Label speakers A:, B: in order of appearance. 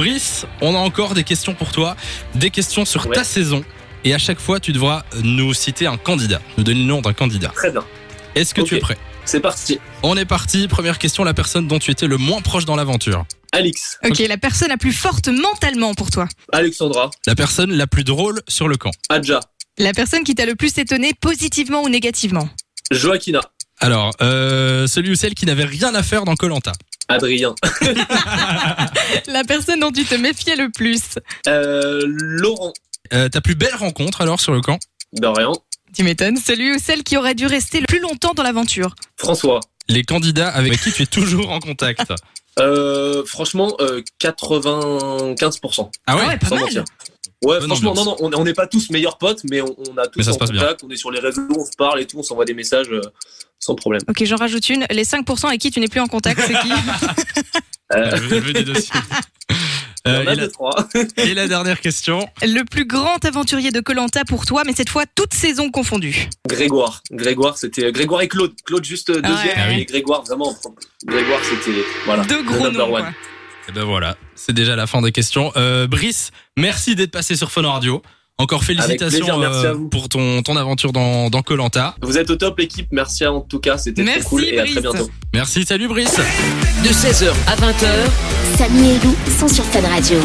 A: Brice, on a encore des questions pour toi, des questions sur
B: Ouais.
A: ta saison. Et à chaque fois, tu devras nous citer un candidat, nous donner le nom d'un candidat.
B: Très bien,
A: Est-ce que tu
B: Ok.
A: es prêt
B: c'est parti.
A: On est parti. Première question, la personne dont tu étais le moins proche dans l'aventure.
B: Alix,
C: Ok, la personne la plus forte mentalement pour toi.
B: Alexandra,
A: La personne la plus drôle sur le camp.
B: Adja,
C: La personne qui t'a le plus étonné positivement ou négativement.
B: Joaquina,
A: Alors, euh, celui ou celle qui n'avait rien à faire dans Colanta.
B: Adrien,
C: La personne dont tu te méfiais le plus.
B: euh, Laurent,
A: Euh, ta plus belle rencontre alors sur le camp
B: Dorian,
C: Tu m'étonnes. Celui ou celle qui aurait dû rester le plus longtemps dans l'aventure.
B: François.
A: Les candidats avec qui tu es toujours en contact.
B: Euh, franchement, euh, 95%.
A: Ah ouais,
C: Ah ouais, pas
B: sans
C: mal.
B: mentir. Ouais,
A: Bonne
B: franchement,
A: ambiance.
B: non, non, on- on n'est pas tous meilleurs potes, mais on, on a tous
A: Mais ça
B: en
A: se passe bien.
B: contact, on est sur les réseaux, on se parle et tout, on s'envoie des messages euh, sans problème.
C: Ok, j'en rajoute une. Les 5% avec qui tu n'es plus en contact, c'est qui
B: Euh,
A: Je veux des dossiers.
B: il y
A: Euh,
B: en a
A: et, la,
B: deux, trois.
A: et la dernière question.
C: Le plus grand aventurier de Colanta pour toi, mais cette fois toute saison confondue.
B: Grégoire, Grégoire, c'était Grégoire et Claude, Claude juste deuxième,
C: Ah
A: ouais.
B: et Grégoire vraiment, Grégoire c'était voilà,
C: Deux
B: le
C: gros
B: number
C: noms.
B: one.
C: quoi.
A: Et ben voilà, c'est déjà la fin des questions. Euh, Brice, merci d'être passé sur Fun Radio. Encore félicitations euh,
B: plaisir, merci à vous.
A: pour ton, ton aventure dans dans Colanta.
B: Vous êtes au top, l'équipe. Merci en tout cas. C'était très
C: Merci,
B: cool et à très
C: Brice.
B: bientôt.
A: merci, salut Brice.
D: de 16h à 20h.
E: Samy et Lou sont sur Fun Radio.